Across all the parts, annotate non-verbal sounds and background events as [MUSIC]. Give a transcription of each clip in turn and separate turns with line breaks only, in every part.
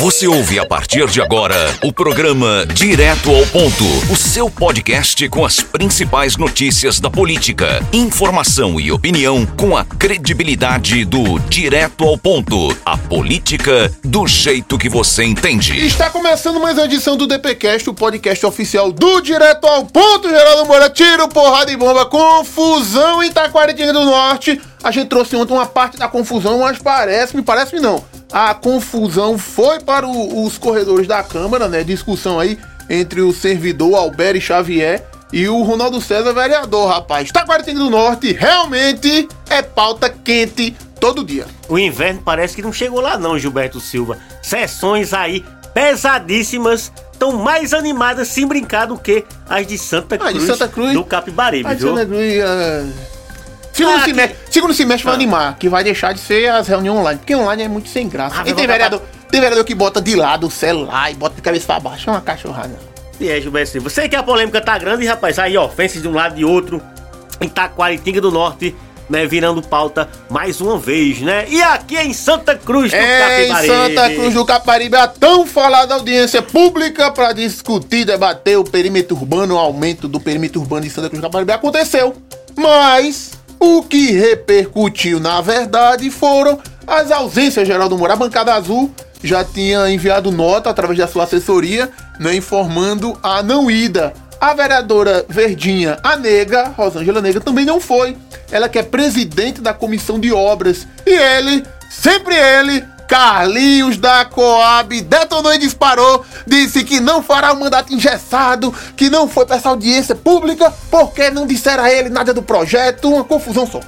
Você ouve a partir de agora o programa Direto ao Ponto, o seu podcast com as principais notícias da política, informação e opinião com a credibilidade do Direto ao Ponto, a política do jeito que você entende.
Está começando mais uma edição do DPcast, o podcast oficial do Direto ao Ponto, Geraldo Moura. Tiro, porrada e bomba, confusão em Itaquaritinga do Norte. A gente trouxe ontem uma parte da confusão, mas parece, me parece que não. A confusão foi para o- os corredores da Câmara, né? Discussão aí entre o servidor Alberi Xavier e o Ronaldo César, vereador, rapaz. Itaquaritinga do Norte realmente é pauta quente todo dia.
O inverno parece que não chegou lá não, Gilberto Silva. Sessões aí pesadíssimas, tão mais animadas se brincar do que as de Santa
Ah,
Cruz,
de Santa Cruz.
do Capibaribe,
Mas
viu?
Santa Cruz, é... Segundo,
Ah,
semestre, segundo semestre vai animar, que vai deixar de ser as reuniões online, porque online é muito sem graça.
Ah,
e
vai
tem
voltar
vereador, tem vereador que bota de lado o celular e bota de cabeça pra baixo, é uma cachorrada.
E é, Gilberto Silva. Sei que a polêmica tá grande, rapaz. Aí, ofensas de um lado e outro. Itaquaritinga do Norte, né? Virando pauta mais uma vez, né? E aqui em Santa Cruz do
É, em Santa Cruz do Caparibe, a tão falada audiência pública para discutir, debater o perímetro urbano, o aumento do perímetro urbano de Santa Cruz do Caparibe aconteceu. Mas o que repercutiu, na verdade, foram as ausências, Geraldo Moura. A bancada azul já tinha enviado nota através da sua assessoria, né, informando a não ida. A vereadora Verdinha, a nega, Rosângela Nega, também não foi. Ela que é presidente da comissão de obras. E ele, sempre ele, Carlinhos da Coab detonou e disparou, disse que não fará o mandato engessado, que não foi pra essa audiência pública, porque não disseram a ele nada do projeto, uma confusão só.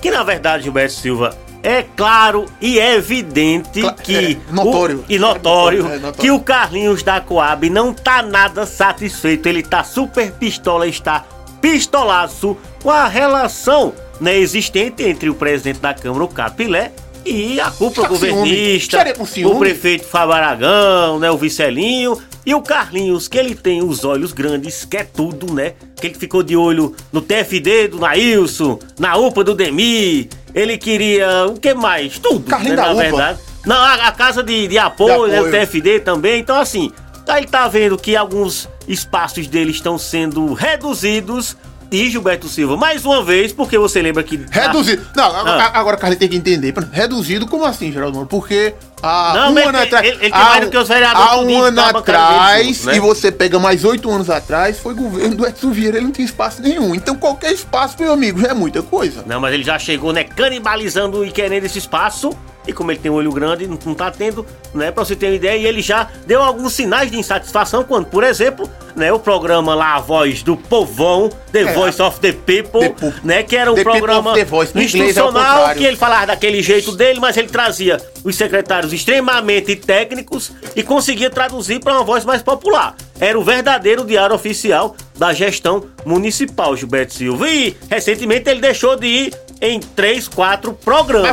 Que na verdade, Gilberto Silva, é claro e evidente
Cla-
que.
é, notório.
o-
É
e notório,
notório, é notório.
que o Carlinhos da Coab não tá nada satisfeito. Ele tá super pistola, está pistolaço com a relação né, existente entre o presidente da Câmara, o Capilé, e a cúpula
Está Tá com ciúme.
governista,
Estaria com ciúme.
o prefeito Fábio Aragão, né, o Vicelinho, e o Carlinhos, que ele tem os olhos grandes, quer tudo, né? Que ele ficou de olho no TFD do Nailson, na UPA do Demi, ele queria o que mais? Tudo, né,
Carlinhos da
na
UPA.
verdade. Não, a, a casa de, de apoio,
De
né, o
apoio.
TFD também, então assim, aí ele tá vendo que alguns espaços dele estão sendo reduzidos, e Gilberto Silva, mais uma vez, porque você lembra que...
Reduzido. Não, a-
Ah.
a- agora o Carlinhos tem que entender. Reduzido, como assim, Geraldo Moro? Porque há
Não,
um
mas
ano
ele-
atrás.
ele tem
há
mais do que os vereadores
Há um
tudinho
ano
da bancada dele
atrás,
juntos, né?
e você pega mais oito anos atrás, foi governo do Edson Vieira, ele não tem espaço nenhum. Então qualquer espaço, meu amigo, já é muita coisa.
Não, mas ele já chegou, né, canibalizando e querendo esse espaço. E como ele tem um olho grande, não não tá tendo, né, pra você ter uma ideia. E ele já deu alguns sinais de insatisfação quando, por exemplo, né, o programa lá, A Voz do Povão, The
É,
Voice of the People,
The People.
né, que era um
The People
programa
of the Voice, no inglês é ao
institucional,
contrário.
que ele falava daquele jeito dele, mas ele trazia os secretários extremamente técnicos e conseguia traduzir para uma voz mais popular. Era o verdadeiro diário oficial da gestão municipal, Gilberto Silva. E recentemente ele deixou de ir em três, quatro programas.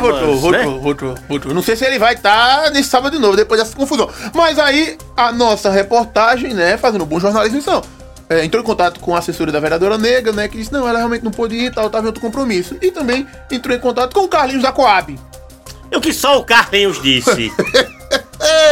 Mas voltou,
né?
voltou, voltou, voltou. Não sei se ele vai estar nesse sábado de novo, depois dessa confusão. Mas aí, a nossa reportagem, né, fazendo um bom jornalismo, então, é, entrou em contato com a assessora da vereadora Negra, né, que disse, não, ela realmente não pôde ir, tal, tava em outro compromisso. E também entrou em contato com o Carlinhos da Coab. [LAUGHS]
E o que só o Carlinhos disse?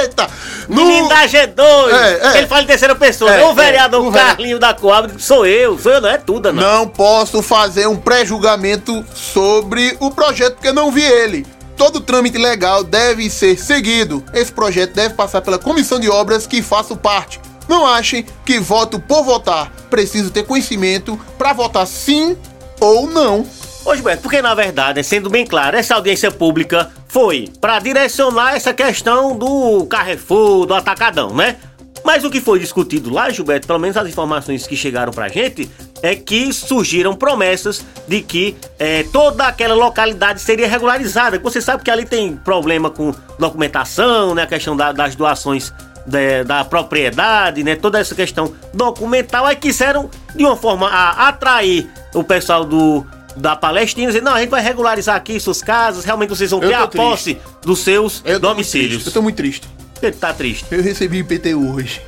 Eita! No...
Menino da G2!
É, é.
Ele fala em terceira pessoa.
É,
É, o
é,
vereador
o vere-
Carlinhos da Coab sou eu, sou eu, não é tudo, não.
Não posso fazer um pré-julgamento sobre o projeto porque não vi ele. Todo trâmite legal deve ser seguido. Esse projeto deve passar pela comissão de obras que faço parte. Não achem que voto por votar. Preciso ter conhecimento para votar sim ou não.
Ô Gilberto, porque na verdade, sendo bem claro, essa audiência pública foi para direcionar essa questão do Carrefour, do Atacadão, né? Mas o que foi discutido lá, Gilberto, pelo menos as informações que chegaram pra gente, é que surgiram promessas de que eh, toda aquela localidade seria regularizada. Você sabe que ali tem problema com documentação, né? A questão da- das doações da, da propriedade, né? Toda essa questão documental. Aí quiseram, de uma forma, a atrair o pessoal do da Palestina, dizer, não, a gente vai regularizar aqui suas casas, realmente vocês vão
Eu
ter
tô
a posse dos seus
Eu tô muito triste,
É domicílios.
Eu tô muito triste.
Ele tá triste.
Eu recebi IPT hoje.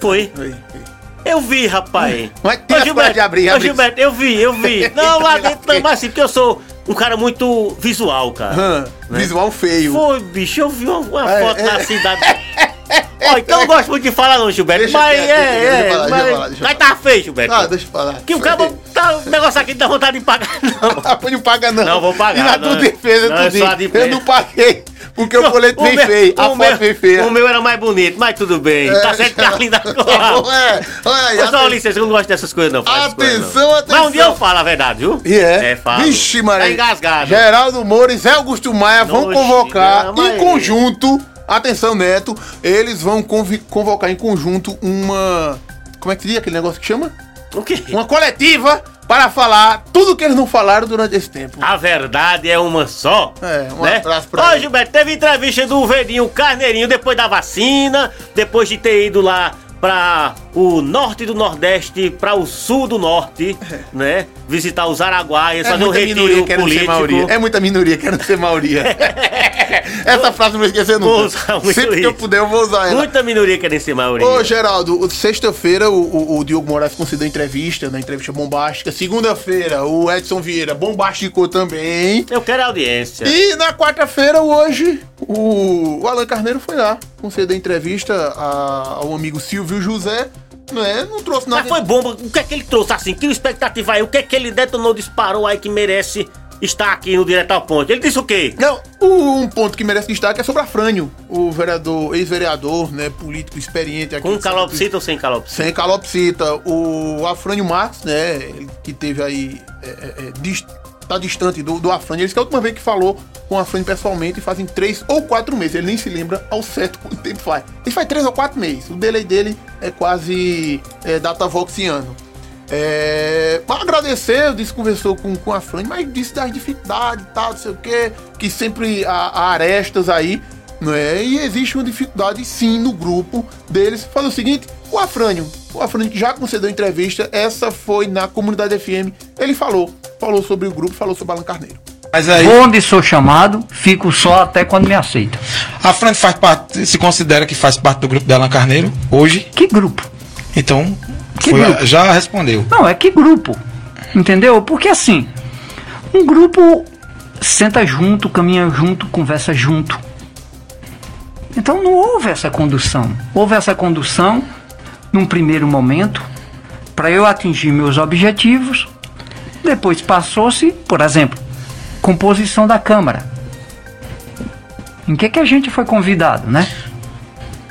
Foi.
Aí, aí.
Eu vi, rapaz.
Hum. Mas tira as coisas de abrir,
ô,
abre.
Gilberto, eu vi, eu
[LAUGHS]
vi. Não, lá dentro não,
Filha
mas assim, porque eu sou um cara muito visual, cara.
Hã,
né?
Visual feio.
Foi, bicho, eu vi uma, uma
Hum. É,
foto
é.
na cidade. Ó, então eu não gosto muito de falar não, Gilberto,
Deixa
mas
quieto,
é,
deixa eu
é,
falar, deixa eu falar,
mas...
deixa eu
Mas tá feio, Gilberto.
Ah, deixa eu falar.
Que o cabo tá, o negócio aqui não dá vontade de pagar, não.
Ah, não paga não.
Não, vou pagar,
E na
não.
tua defesa,
Não, é
tu
eu
diz,
sou a defesa.
eu não paguei, porque o colete
O
vem
meu-
feio, a
o meu-
foto vem feia.
O meu era mais bonito, mas tudo bem. tá certo,
[LAUGHS]
Carlinhos da
Tá bom,
Coab.
é. Olha aí,
Mas só,
atenção.
licença, eu não gosto dessas coisas, não. fala dessas coisas, não.
Atenção, atenção.
Mas um dia eu falo a verdade, viu?
E é.
É, falo.
Vixe, Maria. É.
Tá engasgado.
Geraldo Moura e Zé Augusto Maia vão
Oxe,
convocar
não, mas-
em conjunto. Atenção, Neto. Eles vão convi- convocar em conjunto uma. Como é que seria aquele negócio que chama?
O quê?
Uma coletiva para falar tudo que eles não falaram durante esse tempo.
A verdade é uma só.
É, um abraço pra
pra Ô,
ele.
Gilberto, teve entrevista do Verdinho Carneirinho depois da vacina, depois de ter ido lá pra o norte do Nordeste, pra o sul do Norte,
É.
né? Visitar os Araguaias, fazer um retiro
querendo ser
político.
maioria. É muita minoria querendo ser
[LAUGHS]
maioria. Essa frase eu não vou esquecer nunca.
Vou usar muito
Sempre que eu
isso.
puder, eu vou usar ela.
Muita minoria querendo ser maioria.
É Ô, Geraldo, o- sexta-feira o, o- o Diogo Moraes concedeu entrevista, na entrevista bombástica. Segunda-feira, o Edson Vieira bombasticou também.
Eu quero audiência.
E na quarta-feira, hoje, o, o Alan Carneiro foi lá conceder entrevista a- ao amigo Silvio José. Né? Não trouxe nada.
Mas foi bom, o que é que ele trouxe assim? Que expectativa aí? O que é que ele detonou, disparou aí que merece estar aqui no Direto ao Ponte? Ele disse o quê?
Não, o- um ponto que merece destaque é sobre Afrânio, o vereador, ex-vereador, né, político experiente aqui.
Com
de Santa Cruz.
calopsita ou sem calopsita?
Sem calopsita. O Afrânio Marques, né, ele que teve aí, é, é, é, dis- tá distante do, do Afrânio, ele disse que a última vez que falou com o Afrânio pessoalmente fazem três ou quatro meses, ele nem se lembra ao certo quanto tempo faz. Ele faz três ou quatro meses, o delay dele é quase é, data voxiano. É, pra agradecer, eu disse, conversou com, com a Fran, mas disse das dificuldades e tal, não sei o quê, que sempre há, há arestas aí, né? E existe uma dificuldade sim no grupo deles. Faz o seguinte, o Afrânio, o Afrânio que já concedeu entrevista, essa foi na comunidade FM, ele falou, falou sobre o grupo, falou sobre Alan Carneiro.
Mas aí,
Onde sou chamado, fico só até quando me aceita.
a Fran faz parte, se considera que faz parte do grupo da Alan Carneiro hoje,
Que grupo?
então
Que
foi-
grupo?
já respondeu.
Não, é que grupo. Entendeu? Porque assim, um grupo senta junto, caminha junto, conversa junto. Então não houve essa condução. Houve essa condução num primeiro momento para eu atingir meus objetivos. Depois passou-se, por exemplo, composição da Câmara. Em que, que a gente foi convidado, né?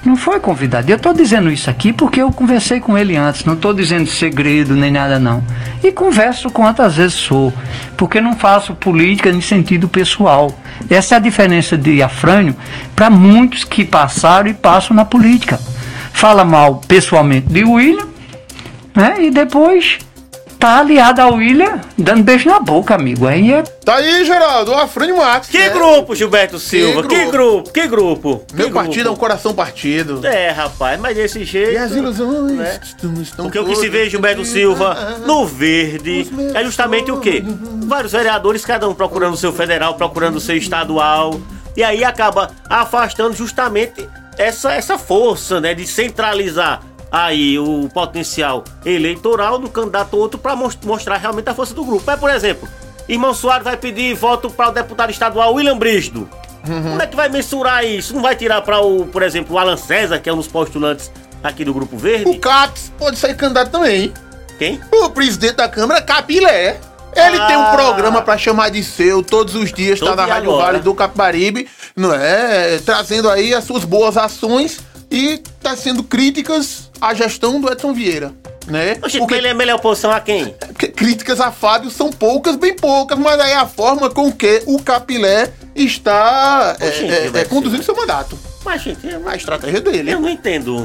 Não foi convidado. Eu estou dizendo isso aqui porque eu conversei com ele antes. Não estou dizendo segredo nem nada, não. E converso quantas vezes sou. Porque não faço política em sentido pessoal. Essa é a diferença de Afrânio para muitos que passaram e passam na política. Fala mal pessoalmente de William, né? E depois tá aliado ao William dando beijo na boca, amigo. Aí é
Tá aí, Geraldo, o Afrânio Marques.
Que
né?
grupo, Gilberto Silva? Que
grupo.
grupo? Que grupo?
Meu
Que
partido é um
grupo?
coração partido.
É, rapaz, mas desse jeito.
E as ilusões
né?
estão, estão
Porque o que se
todas
vê, Gilberto Silva,
perdidas.
no verde, é justamente o quê? Vários vereadores, cada um procurando o seu federal, procurando o seu estadual. E aí acaba afastando justamente essa, essa força, né? De centralizar aí o potencial eleitoral do candidato outro para mostrar realmente a força do grupo. Mas, por exemplo, Irmão Soares vai pedir voto para o deputado estadual William Brígido. Como é que vai mensurar isso? Não vai tirar para o, por exemplo, o Alan César, que é um dos postulantes aqui do Grupo
O
Verde?
CAPS pode sair candidato também, hein?
Quem?
O presidente da Câmara, Capilé. Ele
Ah.
tem um programa pra chamar de seu todos os dias, tá
Todo
na
dia
Rádio
agora.
Vale do Capibaribe, não é? Trazendo aí as suas boas ações e tá sendo críticas à gestão do Edson Vieira, né?
Oxi,
Porque-
melhor, é melhor oposição a quem?
porque críticas a Fábio são poucas, bem poucas, mas aí é a forma com que o Capilé está é,
Oxente,
é, é,
vai ser.
conduzindo seu mandato.
Mas, gente, eu,
A estratégia dele.
eu não entendo.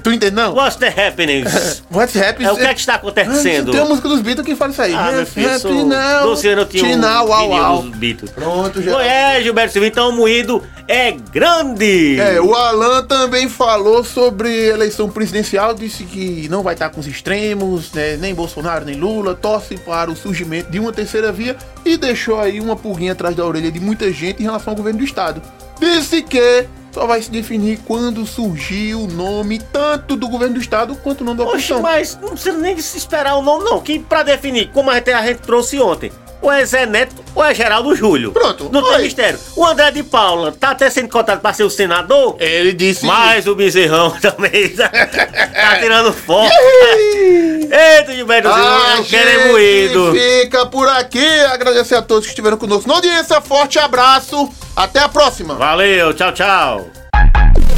Tu entende, não?
What's the
[LAUGHS]
happenings?
What's happening?
É o que é que está acontecendo?
Ah, Tem a música dos Beatles que fala isso aí.
Ah, meu filho, eu sou...
Happy now,
12 anos eu tinha um
now, uau,
vinil
uau.
dos Beatles.
Pronto, já.
Pois é, Gilberto Silva, então o moído é grande.
É, o Alan também falou sobre eleição presidencial, disse que não vai estar com os extremos, né, nem Bolsonaro, nem Lula, torce para o surgimento de uma terceira via e deixou aí uma pulguinha atrás da orelha de muita gente em relação ao governo do estado. Disse que só vai se definir quando surgir o nome tanto do governo do estado quanto o nome da
Oxe,
oposição.
mas não precisa nem se esperar o nome, não. Que pra definir, como a gente, a gente trouxe ontem, ou é Zé Neto, ou é Geraldo Júlio.
Pronto,
Não
aí.
tem mistério. O André de Paula tá até sendo cotado pra ser o senador,
Ele disse.
mas o Bezerrão [LAUGHS] também
[LAUGHS]
tá, tá tirando foto. Eita, Gilberto,
A
ah, não quero é
gente
moído.
fica por aqui. Agradecer a todos que estiveram conosco na audiência. Forte abraço. Até a próxima.
Valeu, tchau, tchau.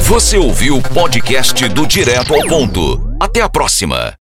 Você ouviu o podcast do Direto ao Ponto. Até a próxima.